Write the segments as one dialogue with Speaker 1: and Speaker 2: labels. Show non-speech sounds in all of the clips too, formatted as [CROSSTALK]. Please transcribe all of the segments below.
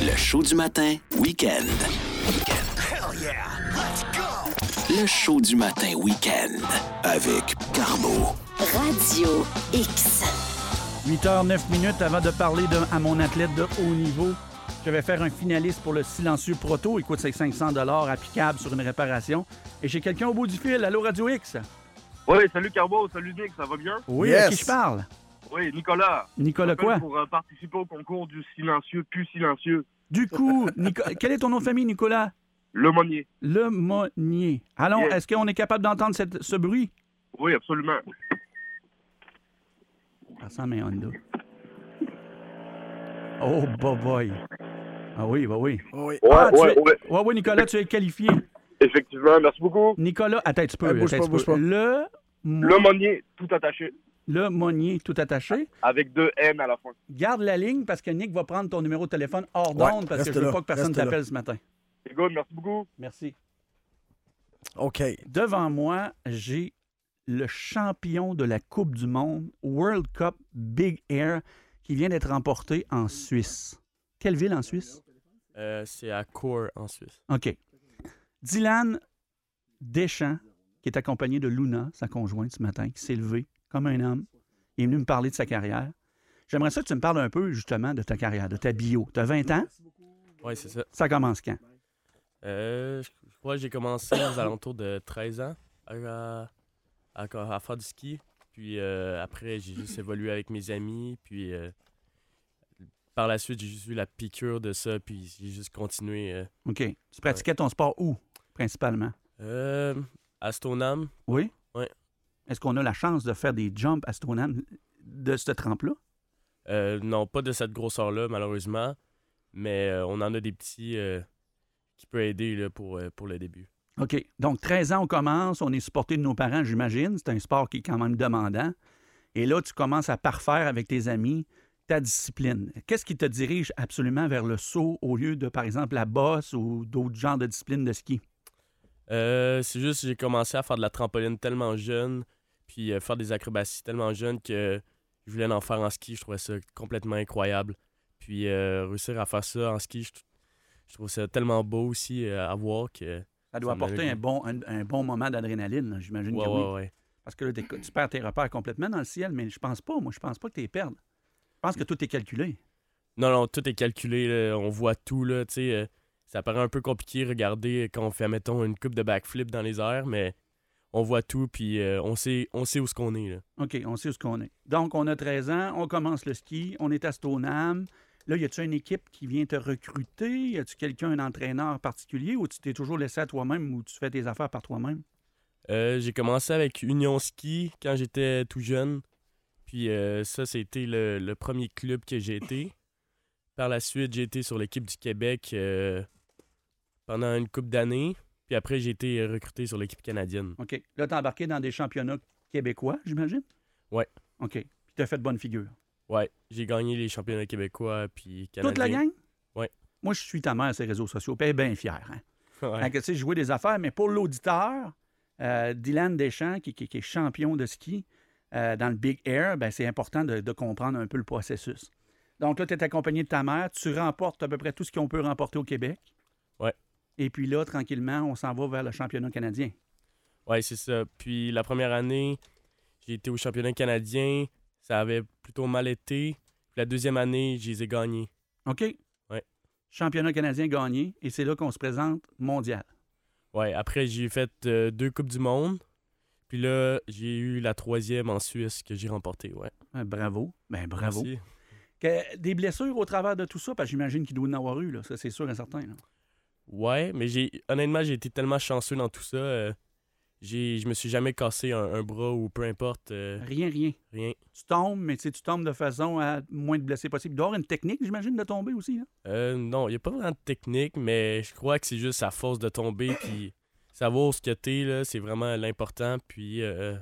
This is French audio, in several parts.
Speaker 1: Le show du matin, week-end. Le show du matin, week-end. Avec Carbo.
Speaker 2: Radio X.
Speaker 3: 8 h 9 minutes avant de parler de- à mon athlète de haut niveau. Je vais faire un finaliste pour le silencieux proto. Il coûte ses 500 applicable sur une réparation. Et j'ai quelqu'un au bout du fil. Allô, Radio X?
Speaker 4: Oui, salut Carbo, salut Nick, ça va bien?
Speaker 3: Oui,
Speaker 5: Yes.
Speaker 3: à qui je parle?
Speaker 4: Oui, Nicolas.
Speaker 3: Nicolas
Speaker 4: Appelle
Speaker 3: quoi?
Speaker 4: Pour euh, participer au concours du silencieux, plus silencieux,
Speaker 3: Du coup, Nico- [LAUGHS] quel est ton nom de famille, Nicolas?
Speaker 4: Le Monnier.
Speaker 3: Lemonnier. Allons,
Speaker 4: Yes.
Speaker 3: est-ce qu'on est capable d'entendre cette- ce bruit?
Speaker 4: Oui, absolument.
Speaker 3: Passant mes Ah, Honda. Oh, boy, boy. Ah oui, bah oui.
Speaker 5: Oui.
Speaker 4: Ouais,
Speaker 3: Ah, tu
Speaker 4: ouais,
Speaker 3: es-
Speaker 4: ouais,
Speaker 3: Ouais, oui, Nicolas, tu es qualifié.
Speaker 4: effectivement, merci beaucoup.
Speaker 3: Nicolas, attends, tu peux.
Speaker 5: Eh, bouge
Speaker 3: attends,
Speaker 5: pas,
Speaker 3: tu
Speaker 5: bouge
Speaker 3: peux.
Speaker 5: pas.
Speaker 3: Le,
Speaker 4: Le Monnier, tout attaché,
Speaker 3: le Monnier, tout attaché.
Speaker 4: avec deux N à la fin.
Speaker 3: Garde la ligne parce que Nick va prendre ton numéro de téléphone hors
Speaker 5: Ouais,
Speaker 3: d'onde parce que
Speaker 5: reste
Speaker 3: je veux
Speaker 5: là,
Speaker 3: pas que personne
Speaker 5: reste là.
Speaker 3: t'appelle ce matin.
Speaker 4: Les gars, merci beaucoup.
Speaker 3: Merci.
Speaker 5: OK.
Speaker 3: Devant moi, j'ai le champion de la Coupe du Monde, World Cup Big Air, qui vient d'être remporté en Suisse. Quelle ville en Suisse?
Speaker 6: Euh, c'est à Cour en Suisse.
Speaker 3: OK. Dylan Deschamps, qui est accompagné de Luna, sa conjointe, ce matin, qui s'est levée comme un homme. Il est venu me parler de sa carrière. J'aimerais ça que tu me parles un peu, justement, de ta carrière, de ta bio. Tu as 20 ans,
Speaker 6: Oui, c'est ça.
Speaker 3: ça commence quand?
Speaker 6: Euh, je je crois que j'ai commencé
Speaker 5: [COUGHS]
Speaker 6: aux alentours de 13 ans à, à- à- à faire du ski. Puis euh, après, j'ai
Speaker 5: [COUGHS]
Speaker 6: juste évolué avec mes amis. Puis euh, par la suite, j'ai juste eu la piqûre de ça. Puis j'ai juste continué euh,
Speaker 3: OK. Tu pratiquais ton sport où, principalement?
Speaker 6: euh, à Stoneham.
Speaker 3: Oui?
Speaker 6: Oui.
Speaker 3: Est-ce qu'on a la chance de faire des jumps à Stoneham de cette trempe-là?
Speaker 6: Euh, non, pas de cette grosseur-là, malheureusement. Mais euh, on en a des petits euh, qui peuvent aider là, pour, euh, pour le début.
Speaker 3: OK. Donc, 13 ans, on commence. On est supporté de nos parents, j'imagine. C'est un sport qui est quand même demandant. Et là, tu commences à parfaire avec tes amis ta discipline. Qu'est-ce qui te dirige absolument vers le saut au lieu de, par exemple, la bosse ou d'autres genres de disciplines de ski?
Speaker 6: Euh, c'est juste que j'ai commencé à faire de la trampoline tellement jeune, puis euh, faire des acrobaties tellement jeune que je voulais en faire en ski. Je trouvais ça complètement incroyable. Puis euh, réussir à faire ça en ski, je, t- je trouve ça tellement beau aussi euh, à voir que.
Speaker 3: Ça doit
Speaker 6: Ça me
Speaker 3: apporter
Speaker 6: donne-
Speaker 3: un bon, un, un bon moment d'adrénaline, là, j'imagine
Speaker 6: Ouais,
Speaker 3: que oui.
Speaker 6: ouais, ouais.
Speaker 3: Parce que là, t'es- tu perds tes repères complètement dans le ciel, mais je pense pas, moi, je pense pas que tu les perdes. Je pense que tout est calculé.
Speaker 6: Non, non, tout est calculé, là, on voit tout, là, tu sais. euh, ça paraît un peu compliqué, regardez, quand on fait, mettons, une coupe de backflip dans les airs, mais on voit tout, puis euh, on, sait, on sait où ce qu'on est, là.
Speaker 3: OK, on sait où ce qu'on est. Donc, on a 13 ans, on commence le ski, on est à Stoneham. Là, y a-tu une équipe qui vient te recruter? Y a-tu quelqu'un, un entraîneur particulier ou tu t'es toujours laissé à toi-même ou tu fais tes affaires par toi-même?
Speaker 6: Euh, j'ai commencé avec Union Ski quand j'étais tout jeune. Puis euh, ça, c'était le, le premier club que j'ai été. Par la suite, j'ai été sur l'équipe du Québec euh, pendant une couple d'années. Puis après, j'ai été recruté sur l'équipe canadienne.
Speaker 3: OK. Là, t'es embarqué dans des championnats québécois, j'imagine?
Speaker 6: Ouais.
Speaker 3: OK. Puis t'as fait bonne figure.
Speaker 6: Ouais, j'ai gagné les championnats québécois puis canadiens.
Speaker 3: Toute la gang?
Speaker 6: Ouais.
Speaker 3: Moi, je suis ta mère sur les réseaux sociaux. Puis elle est bien fière. Hein?
Speaker 6: Ouais.
Speaker 3: Fait que, tu sais, jouer des affaires, mais pour l'auditeur, euh, Dylan Deschamps, qui, qui- qui est champion de ski euh, dans le Big Air, ben, c'est important de, de comprendre un peu le processus. Donc là, tu es accompagné de ta mère, tu remportes à peu près tout ce qu'on peut remporter au Québec.
Speaker 6: Ouais.
Speaker 3: Et puis là, tranquillement, on s'en va vers le championnat canadien.
Speaker 6: Ouais, c'est ça. Puis la première année, j'ai été au championnat canadien. Ça avait plutôt mal été. Puis la deuxième année, je les ai gagnés.
Speaker 3: OK?
Speaker 6: Ouais.
Speaker 3: Championnat canadien gagné, et c'est là qu'on se présente mondial.
Speaker 6: Ouais, après j'ai fait euh, deux Coupes du Monde. Puis là, j'ai eu la troisième en Suisse que j'ai remportée, ouais.
Speaker 3: Ouais, bravo. Ben, bravo.
Speaker 6: Merci.
Speaker 3: Que- des blessures au travers de tout ça, parce que j'imagine qu'il doit en avoir eu, là. ça c'est sûr et certain. là.
Speaker 6: Ouais, mais j'ai honnêtement, j'ai été tellement chanceux dans tout ça. euh, j'ai je me suis jamais cassé un, un bras ou peu importe, euh,
Speaker 3: Rien, rien.
Speaker 6: rien.
Speaker 3: tu tombes, mais tu sais, tu tombes de façon à moins de blessés possible. Il doit y avoir une technique, j'imagine, de tomber aussi. là.
Speaker 6: Euh, non, il n'y a pas vraiment de technique, mais je crois que c'est juste à force de tomber puis savoir ce que t'es, là, c'est vraiment l'important. Puis euh,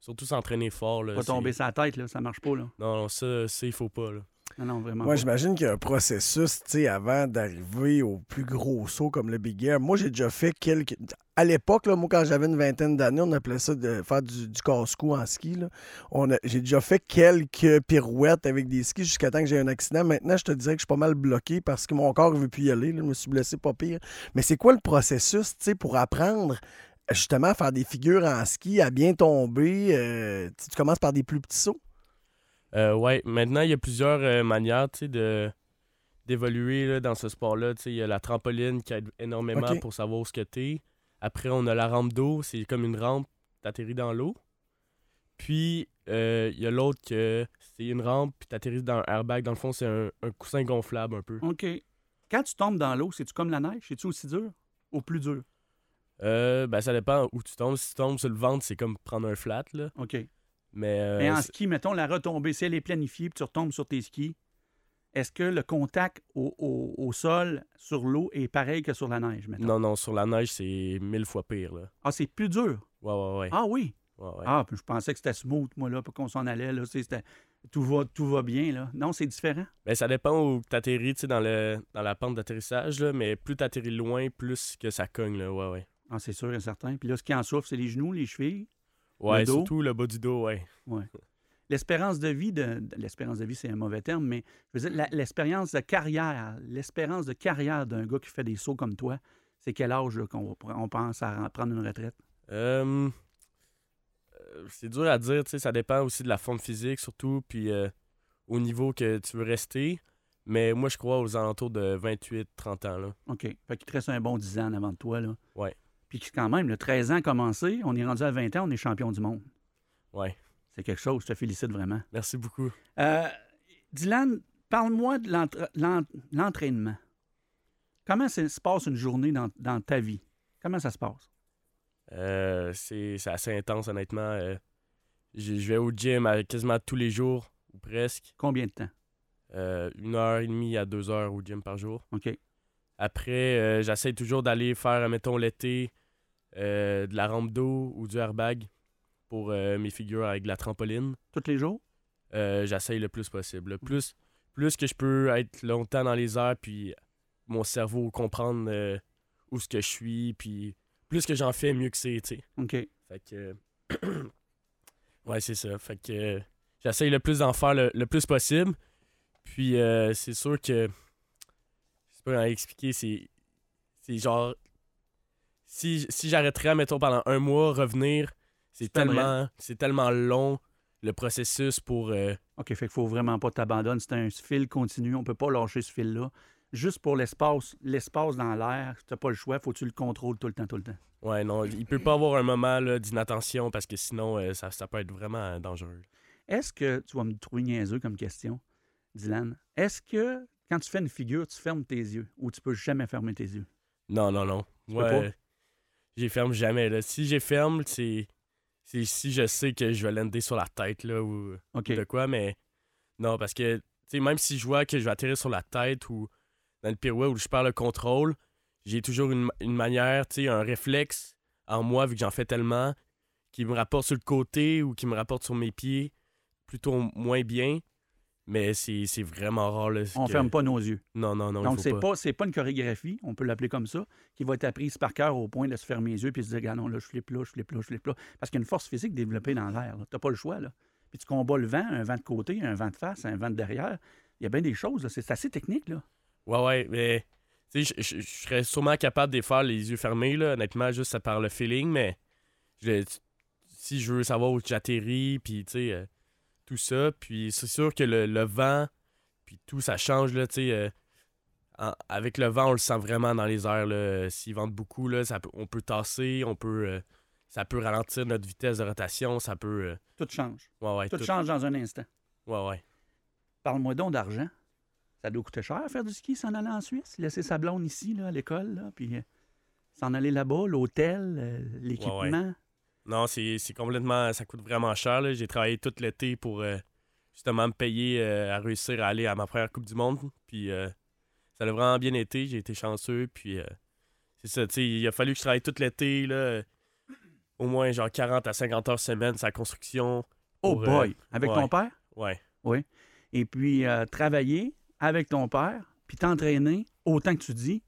Speaker 6: surtout s'entraîner fort, là.
Speaker 3: Pas
Speaker 6: Euh, c'est-
Speaker 3: tomber sa tête, là, ça marche pas. Là.
Speaker 6: Non, non, ça, c'est il faut pas, là.
Speaker 3: Non, non, vraiment.
Speaker 5: Moi,
Speaker 3: pas.
Speaker 5: j'imagine qu'il y a un processus, tu sais, avant d'arriver au plus gros saut comme le Big Air. Moi, j'ai déjà fait quelques. à l'époque, là, moi, quand j'avais une vingtaine d'années, on appelait ça de faire du, du casse-cou en ski. là. On a- j'ai déjà fait quelques pirouettes avec des skis jusqu'à temps que j'ai un accident. Maintenant, je te dirais que je suis pas mal bloqué parce que mon corps ne veut plus y aller. là. Je me suis blessé pas pire. Mais c'est quoi le processus, tu sais, pour apprendre justement à faire des figures en ski, à bien tomber? euh, tu sais, tu commences par des plus petits sauts?
Speaker 6: Euh, ouais, maintenant, il y a plusieurs euh, manières tu sais, de d'évoluer là, dans ce sport-là. Tu sais, Il y a la trampoline qui aide énormément
Speaker 5: Ok.
Speaker 6: pour savoir où ce que t'es. Après, on a la rampe d'eau. C'est comme une rampe, t'atterris dans l'eau. Puis, euh, il y a l'autre que c'est une rampe, puis t'atterris dans un airbag. Dans le fond, c'est un, un coussin gonflable un peu.
Speaker 3: OK. Quand tu tombes dans l'eau, c'est-tu comme la neige? C'est-tu aussi dur ou plus dur?
Speaker 6: Euh, ben, ça dépend où tu tombes. Si tu tombes sur le ventre, c'est comme prendre un flat. Là.
Speaker 3: OK.
Speaker 6: Mais, euh,
Speaker 3: Mais en
Speaker 6: c'est-
Speaker 3: ski, mettons, la retombée, si elle est planifiée puis tu retombes sur tes skis, est-ce que le contact au, au- au sol, sur l'eau, est pareil que sur la neige, mettons?
Speaker 6: non, non, sur la neige, c'est mille fois pire. Là.
Speaker 3: Ah, c'est plus dur?
Speaker 6: Ouais, ouais, ouais.
Speaker 3: Ah oui?
Speaker 6: Ouais, ouais.
Speaker 3: Ah, puis je pensais que c'était smooth, moi, là, pour qu'on s'en allait, là. c'est- c'était- Tout va, tout va bien, là. Non, c'est différent?
Speaker 6: Ben, ça dépend où t'atterris, tu sais, dans, le, dans la pente d'atterrissage, là, mais plus t'atterris loin, plus que ça cogne, là, ouais, ouais.
Speaker 3: Ah, c'est sûr et certain. Puis là, ce qui en souffre, c'est les genoux, les chevilles.
Speaker 6: Ouais,
Speaker 3: Le dos?
Speaker 6: surtout le bas du dos, ouais.
Speaker 3: L'espérance de vie, de, de- l'espérance de vie, c'est un mauvais terme, mais je veux dire, la- l'espérance de carrière, l'espérance de carrière d'un gars qui fait des sauts comme toi, c'est quel âge là, qu'on va- on pense à en prendre une retraite?
Speaker 6: Euh, euh, c'est dur à dire, tu sais, ça dépend aussi de la forme physique, surtout, puis euh, au niveau que tu veux rester. Mais moi, je crois aux alentours de 28-30 ans, là.
Speaker 3: OK. Fait qu'il te reste un bon 10 ans en avant de toi, là.
Speaker 6: Ouais.
Speaker 3: Puis que quand même, le 13 ans commencé, on est rendu à 20 ans, on est champion du monde.
Speaker 6: Ouais.
Speaker 3: C'est quelque chose, je te félicite vraiment.
Speaker 6: Merci beaucoup.
Speaker 3: Euh, Dylan, parle-moi de l'entra- l'en- l'entraînement. Comment ça se passe une journée dans, dans ta vie? Comment ça se passe?
Speaker 6: Euh, c'est c'est assez intense, honnêtement. Euh, je je vais au gym euh, quasiment tous les jours, ou presque.
Speaker 3: Combien de temps?
Speaker 6: Euh, une heure et demie à deux heures au gym par jour.
Speaker 3: OK.
Speaker 6: Après, euh, j'essaie toujours d'aller faire, mettons, l'été, euh, de la rampe d'eau ou du airbag pour euh, mes figures avec de la trampoline.
Speaker 3: Tous les jours?
Speaker 6: Euh, j'essaie le plus possible. Le Plus, plus que je peux être longtemps dans les airs, puis mon cerveau comprendre euh, où ce que je suis, puis plus que j'en fais, mieux que c'est, tu sais.
Speaker 3: OK.
Speaker 6: Fait que... [CLEARS THROAT] ouais, c'est ça. Fait que euh, j'essaye le plus d'en faire le, le plus possible. Puis euh, c'est sûr que... Je sais pas comment expliquer, c'est... C'est genre... Si, si j'arrêterais, mettons, pendant un mois, revenir, c'est
Speaker 3: pas vrai.
Speaker 6: tellement, c'est tellement long, le processus pour... euh,
Speaker 3: OK, fait qu'il faut vraiment pas t'abandonner. C'est un fil continu. On peut pas lâcher ce fil-là. Juste pour l'espace, l'espace dans l'air, t'as pas le choix, faut que tu le contrôles tout le temps, tout le temps.
Speaker 6: ouais, non, il peut pas avoir un moment là, d'inattention parce que sinon, euh, ça, ça peut être vraiment euh, dangereux.
Speaker 3: Est-ce que, tu vas me trouver niaiseux comme question, Dylan, est-ce que quand tu fais une figure, tu fermes tes yeux ou tu peux jamais fermer tes yeux?
Speaker 6: Non, non, non. Moi,
Speaker 3: peux pas?
Speaker 6: euh, j'y ferme jamais. Là. Si j'y ferme, c'est c'est si je sais que je vais lander sur la tête là, ou
Speaker 3: OK.
Speaker 6: de quoi, mais non, parce que tu sais, même si je vois que je vais atterrir sur la tête ou dans le pirouet où je perds le contrôle, j'ai toujours une, ma- une manière, tu sais, un réflexe en moi, vu que j'en fais tellement, qui me rapporte sur le côté ou qui me rapporte sur mes pieds, plutôt moins bien. Mais c'est c'est vraiment rare. Là,
Speaker 3: On
Speaker 6: que-
Speaker 3: ferme pas nos yeux.
Speaker 6: Non, non, non. il
Speaker 3: Donc,
Speaker 6: faut
Speaker 3: c'est
Speaker 6: pas.
Speaker 3: pas, c'est pas une chorégraphie, on peut l'appeler comme ça, qui va être apprise par cœur au point de se fermer les yeux puis se dire, regarde, non, là, je flippe là, je flippe là, je flippe là. Parce qu'il y a une force physique développée dans l'air. Tu n'as pas le choix. Là. Puis tu combats le vent, un vent de côté, un vent de face, un vent de derrière. Il y a bien des choses. là. C'est assez technique. Là.
Speaker 6: Ouais, ouais, mais tu sais, je je- je serais sûrement capable de les faire les yeux fermés, là, honnêtement, juste ça par le feeling, mais je- si je veux savoir où j'atterris, puis tu sais, euh, tout ça, puis c'est sûr que le, le vent, puis tout, ça change, là, tu sais, euh, en- avec le vent, on le sent vraiment dans les airs, là, euh, s'il vente beaucoup, là, ça peut- on peut tasser, on peut, euh, ça peut ralentir notre vitesse de rotation, ça peut, euh,
Speaker 3: Tout change.
Speaker 6: ouais, ouais,
Speaker 3: Tout,
Speaker 6: tout-
Speaker 3: change dans un instant.
Speaker 6: ouais, ouais.
Speaker 3: Parle-moi donc d'argent. Ça doit coûter cher faire du ski s'en aller en Suisse, laisser sa blonde ici, là, à l'école, là, puis euh, s'en aller là-bas, l'hôtel, euh, l'équipement.
Speaker 6: Non, c'est c'est complètement. Ça coûte vraiment cher. là. J'ai travaillé tout l'été pour euh, justement me payer euh, à réussir à aller à ma première Coupe du Monde. Puis euh, ça a vraiment bien été. J'ai été chanceux. Puis euh, c'est ça. tu sais, Il a fallu que je travaille tout l'été. là, euh, Au moins genre 40 à 50 heures semaine, sa construction.
Speaker 3: Oh
Speaker 6: Pour, euh,
Speaker 3: boy! Avec ton
Speaker 6: ouais.
Speaker 3: père?
Speaker 6: Ouais.
Speaker 3: et puis euh, travailler avec ton père, puis t'entraîner autant que tu dis,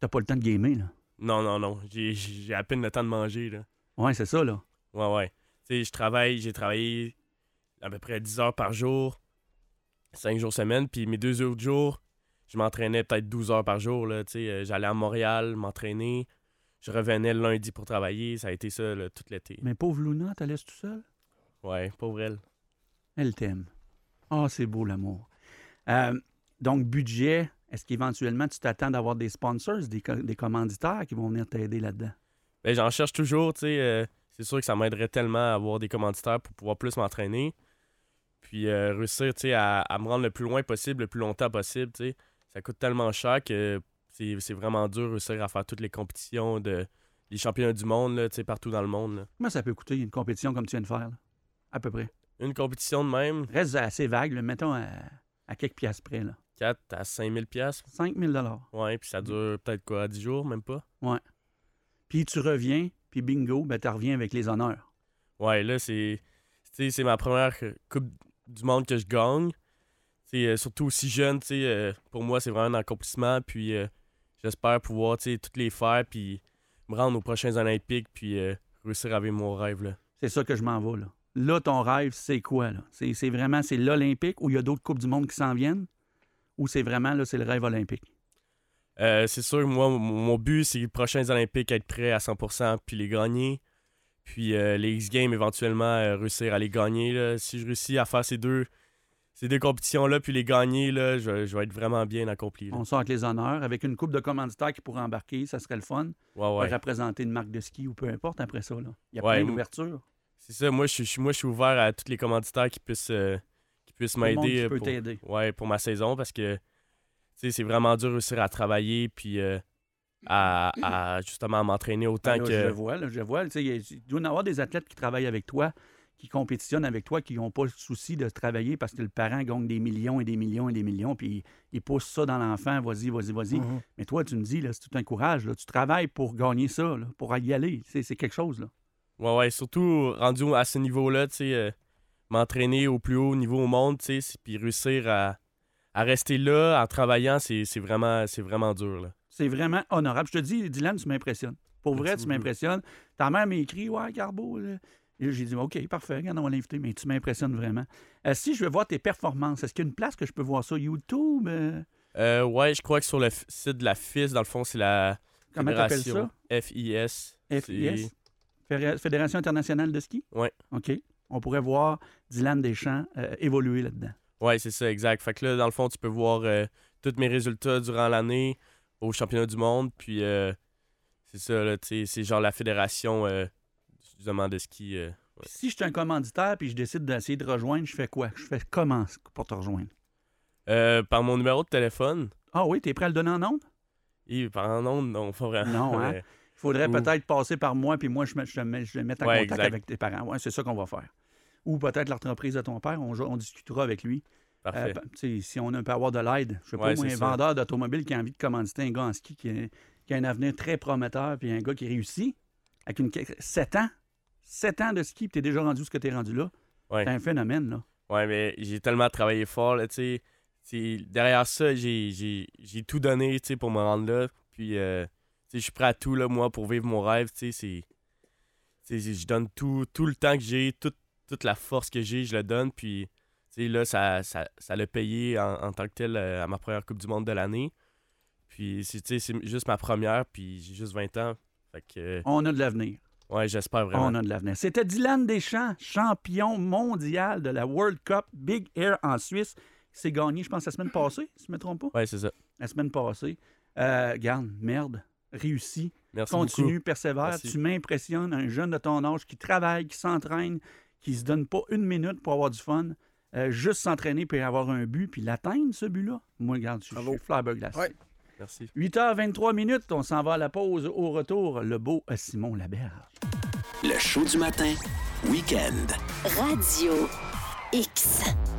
Speaker 3: t'as pas le temps de gamer. Là.
Speaker 6: Non, non, non. J'ai- J'ai à peine le temps de manger, là.
Speaker 3: Ouais, c'est ça, là.
Speaker 6: Ouais, ouais. Tu sais, je travaille, j'ai travaillé à peu près 10 heures par jour, 5 jours semaine, puis mes deux autres jours, je m'entraînais peut-être 12 heures par jour, là, tu sais, euh, j'allais à Montréal m'entraîner, je revenais le lundi pour travailler, ça a été ça, là, tout l'été.
Speaker 3: Mais pauvre Luna, t'as laissé tout seul?
Speaker 6: Ouais, pauvre elle.
Speaker 3: Elle t'aime. Ah, c'est beau l'amour. Euh, donc, budget, est-ce qu'éventuellement tu t'attends d'avoir des sponsors, des, co- des commanditaires qui vont venir t'aider là-dedans?
Speaker 6: Ben, j'en cherche toujours, tu sais, euh, c'est sûr que ça m'aiderait tellement à avoir des commanditaires pour pouvoir plus m'entraîner, puis euh, réussir, tu sais, à, à me rendre le plus loin possible, le plus longtemps possible, tu sais. Ça coûte tellement cher que c'est c'est vraiment dur de réussir à faire toutes les compétitions de les championnats du monde, là, tu sais, partout dans le monde. là.
Speaker 3: Comment ça peut coûter une compétition comme tu viens de faire? là? À peu près.
Speaker 6: Une compétition de même,
Speaker 3: Reste assez vague, là, mettons à, à quelques piastres près. Là.
Speaker 6: 4 à 5 000 piastres.
Speaker 3: 5 000
Speaker 6: Ouais, puis ça dure peut-être quoi, 10 jours, même pas.
Speaker 3: Puis tu reviens, puis bingo, ben, tu reviens avec les honneurs.
Speaker 6: Ouais, là, c'est. tu sais, c'est ma première euh, Coupe du Monde que je gagne. Tu sais, euh, surtout aussi jeune, tu sais, euh, pour moi, c'est vraiment un accomplissement. Puis euh, j'espère pouvoir, tu sais, toutes les faire, puis me rendre aux prochains Olympiques, puis euh, réussir à vivre mon rêve, là.
Speaker 3: C'est ça que je m'en vais. Là. là, ton rêve, c'est quoi? là? C'est c'est vraiment c'est l'Olympique ou il y a d'autres Coupes du Monde qui s'en viennent? Ou c'est vraiment là, c'est le rêve olympique?
Speaker 6: Euh, c'est sûr, moi, mon- mon but, c'est les prochains Olympiques, être prêt à 100%, puis les gagner. Puis euh, les X-Games, éventuellement, euh, réussir à les gagner. Là. Si je réussis à faire ces deux, ces deux compétitions-là, puis les gagner, là, je, je vais être vraiment bien accompli. là.
Speaker 3: On sort avec les honneurs, avec une coupe de commanditaires qui pourrait embarquer, ça serait le fun.
Speaker 6: Ouais,
Speaker 3: Pour
Speaker 6: ouais.
Speaker 3: Représenter une marque de ski ou peu importe après ça. là. Il y a
Speaker 6: Ouais,
Speaker 3: plein
Speaker 6: moi-
Speaker 3: d'ouvertures.
Speaker 6: C'est ça, moi je, suis- je suis- moi je suis ouvert à tous les commanditaires qui puissent, euh, qui puissent
Speaker 3: Tout le monde qui
Speaker 6: m'aider euh,
Speaker 3: peut
Speaker 6: pour,
Speaker 3: t'aider.
Speaker 6: ouais, pour ma saison parce que tu sais, c'est vraiment dur de réussir à travailler puis euh, à, à, justement à m'entraîner autant
Speaker 3: Ah, là, Je
Speaker 6: que.
Speaker 3: le vois, là, je le vois. Tu sais, Il y a- il doit y en avoir des athlètes qui travaillent avec toi, qui compétitionnent avec toi, qui n'ont pas le souci de travailler parce que le parent gagne des millions et des millions et des millions, puis il pousse ça dans l'enfant, vas-y, vas-y, vas-y.
Speaker 5: Mhm.
Speaker 3: Mais toi, tu me dis, là, c'est tout un courage. là. Tu travailles pour gagner ça, là, pour y aller. C'est c'est quelque chose. Là.
Speaker 6: Ouais, ouais, surtout rendu à ce niveau-là, tu sais, euh, m'entraîner au plus haut niveau au monde, tu sais, c'est- puis réussir à, à rester là en travaillant, c'est c'est vraiment, c'est vraiment dur. Là.
Speaker 3: C'est vraiment honorable. Je te dis, Dylan, tu m'impressionnes. Pour vrai,
Speaker 6: Merci
Speaker 3: tu
Speaker 6: beaucoup.
Speaker 3: m'impressionnes. Ta mère m'a écrit Ouais, Garbo. là. Et J'ai dit OK, parfait, regarde, on va l'inviter, mais tu m'impressionnes vraiment. Euh, si je veux voir tes performances, est-ce qu'il y a une place que je peux voir ça YouTube euh,
Speaker 6: Euh, ouais, je crois que sur le f- site de la FIS, dans le fond, c'est la
Speaker 3: Comment t'appelles ça
Speaker 6: Fédération FIS.
Speaker 3: FIS
Speaker 6: c'est-
Speaker 3: Fédé- Fédération internationale de ski
Speaker 6: Ouais.
Speaker 3: OK. On pourrait voir Dylan Deschamps euh, évoluer là-dedans.
Speaker 6: Ouais, c'est ça, exact. Fait que là, dans le fond, tu peux voir euh, tous mes résultats durant l'année au championnat du monde. Puis euh, c'est ça, là, tu sais, c'est genre la fédération euh, justement de ski. euh. Ouais.
Speaker 3: Si je suis un commanditaire puis je décide d'essayer de rejoindre, je fais quoi Je fais comment pour te rejoindre
Speaker 6: Euh, par mon numéro de téléphone.
Speaker 3: Ah oui, t'es prêt à le donner en nombre
Speaker 6: Et par un nom, non, pas vraiment.
Speaker 3: Non, hein?
Speaker 6: Mais-
Speaker 3: Il faudrait
Speaker 6: Ou-
Speaker 3: peut-être passer par moi, puis moi, je, me- je, te mets- je vais mettre en
Speaker 6: Ouais,
Speaker 3: contact
Speaker 6: exact.
Speaker 3: avec tes parents. Ouais, c'est ça qu'on va faire. Ou peut-être l'entreprise de ton père, on, on discutera avec lui. Euh,
Speaker 6: Parfait.
Speaker 3: pa- tu sais, si on a- peut avoir de l'aide, je sais pas,
Speaker 6: Ouais,
Speaker 3: moi,
Speaker 6: c'est
Speaker 3: un
Speaker 6: ça.
Speaker 3: vendeur d'automobile qui a envie de commanditer un gars en ski qui a, qui a un avenir très prometteur, puis un gars qui réussit, avec une 7 ans, 7 ans de ski, puis t'es déjà rendu où ce que t'es rendu là.
Speaker 6: Ouais.
Speaker 3: C'est un phénomène, là.
Speaker 6: Ouais, mais j'ai tellement travaillé fort, là, tu sais. Tu sais, Derrière ça, j'ai- j'ai j'ai tout donné, tu sais, pour me rendre là. Puis, euh, tu sais, je suis prêt à tout, là, moi, pour vivre mon rêve, tu sais. c'est- tu sais, Je donne tout, tout le temps que j'ai, toute toute la force que j'ai, je le donne. Puis, tu sais, là, ça, ça, ça l'a payé en, en tant que tel euh, à ma première Coupe du Monde de l'année. Puis, c'est- tu sais, c'est juste ma première, puis j'ai juste 20 ans. Fait que, euh,
Speaker 3: On a de l'avenir.
Speaker 6: ouais, j'espère vraiment.
Speaker 3: On a de l'avenir. C'était Dylan Deschamps, champion mondial de la World Cup Big Air en Suisse. qui s'est gagné, je pense, la semaine passée, si je ne me trompe pas.
Speaker 6: Ouais, c'est ça.
Speaker 3: La semaine passée. Euh, garde, merde, réussi.
Speaker 6: Merci
Speaker 3: Continue,
Speaker 6: beaucoup.
Speaker 3: persévère.
Speaker 6: Merci.
Speaker 3: Tu m'impressionnes, un jeune de ton âge qui travaille, qui s'entraîne, qui se donne pas une minute pour avoir du fun. Euh, juste s'entraîner puis avoir un but, puis l'atteindre, ce but-là. Moi, regarde, je suis
Speaker 5: Bravo.
Speaker 3: flabberglassé.
Speaker 5: Ouais.
Speaker 6: Merci.
Speaker 3: 8h23 minutes, on s'en va à la pause. Au retour, le beau euh, Simon Laberge.
Speaker 1: Le show du matin, week-end.
Speaker 2: Radio X.